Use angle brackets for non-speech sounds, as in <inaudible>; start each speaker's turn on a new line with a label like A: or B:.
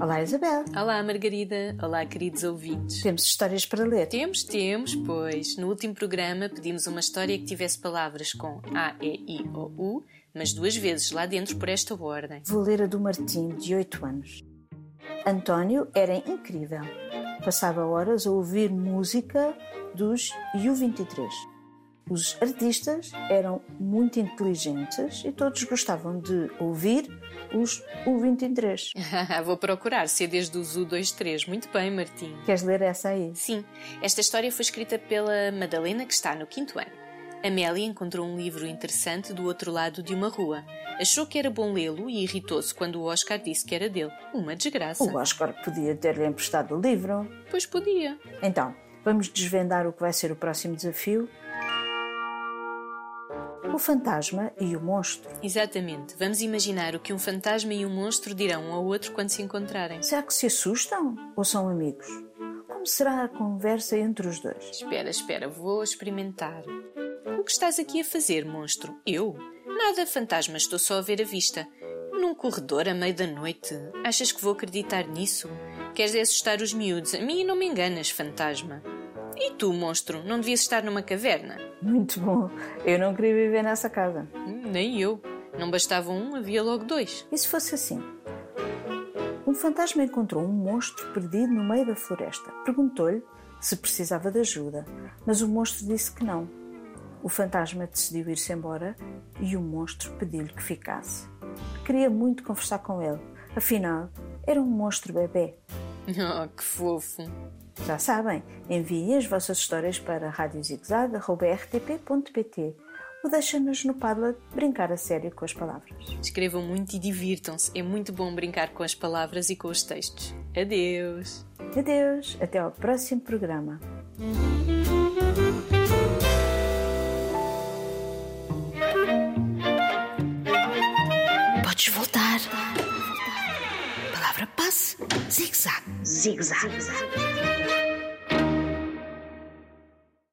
A: Olá, Isabel.
B: Olá, Margarida. Olá, queridos ouvintes.
A: Temos histórias para ler.
B: Temos, temos, pois. No último programa pedimos uma história que tivesse palavras com A, E, I ou U, mas duas vezes lá dentro por esta ordem. <laughs>
A: Vou ler a do Martim, de 8 anos. António era incrível. Passava horas a ouvir música dos U23. Os artistas eram muito inteligentes e todos gostavam de ouvir os U23.
B: Vou procurar CDs do Zoo 23. Muito bem, Martim.
A: Queres ler essa aí?
B: Sim, esta história foi escrita pela Madalena, que está no quinto ano. Amélia encontrou um livro interessante do outro lado de uma rua. Achou que era bom lê-lo e irritou-se quando o Oscar disse que era dele. Uma desgraça.
A: O Oscar podia ter-lhe emprestado o livro.
B: Pois podia.
A: Então, vamos desvendar o que vai ser o próximo desafio? O fantasma e o monstro.
B: Exatamente. Vamos imaginar o que um fantasma e um monstro dirão um ao outro quando se encontrarem.
A: Será que se assustam ou são amigos? Como será a conversa entre os dois? <laughs>
B: Espera, espera, vou experimentar. O que estás aqui a fazer, monstro? Eu? Nada, fantasma, estou só a ver a vista. Num corredor à meia da noite. Achas que vou acreditar nisso? Queres é assustar os miúdos? A mim não me enganas, fantasma. E tu, monstro, não devias estar numa caverna?
A: Muito bom. Eu não queria viver nessa casa.
B: Hum, Nem eu. Não bastava um, havia logo dois. <laughs>
A: E se fosse assim? Um fantasma encontrou um monstro perdido no meio da floresta. Perguntou-lhe se precisava de ajuda, mas o monstro disse que não. O fantasma decidiu ir-se embora e o monstro pediu-lhe que ficasse. Queria muito conversar com ele, afinal, era um monstro bebê.
B: Oh, que fofo.
A: Já sabem, enviem as vossas histórias para radiozigzag.rtp.pt ou deixem-nos no Padlet brincar a sério com as palavras.
B: Escrevam muito e divirtam-se. É muito bom brincar com as palavras e com os textos. Adeus.
A: Adeus, até ao próximo programa.
C: Podes voltar. Palavra passe. Zig-zag.
D: zigzag.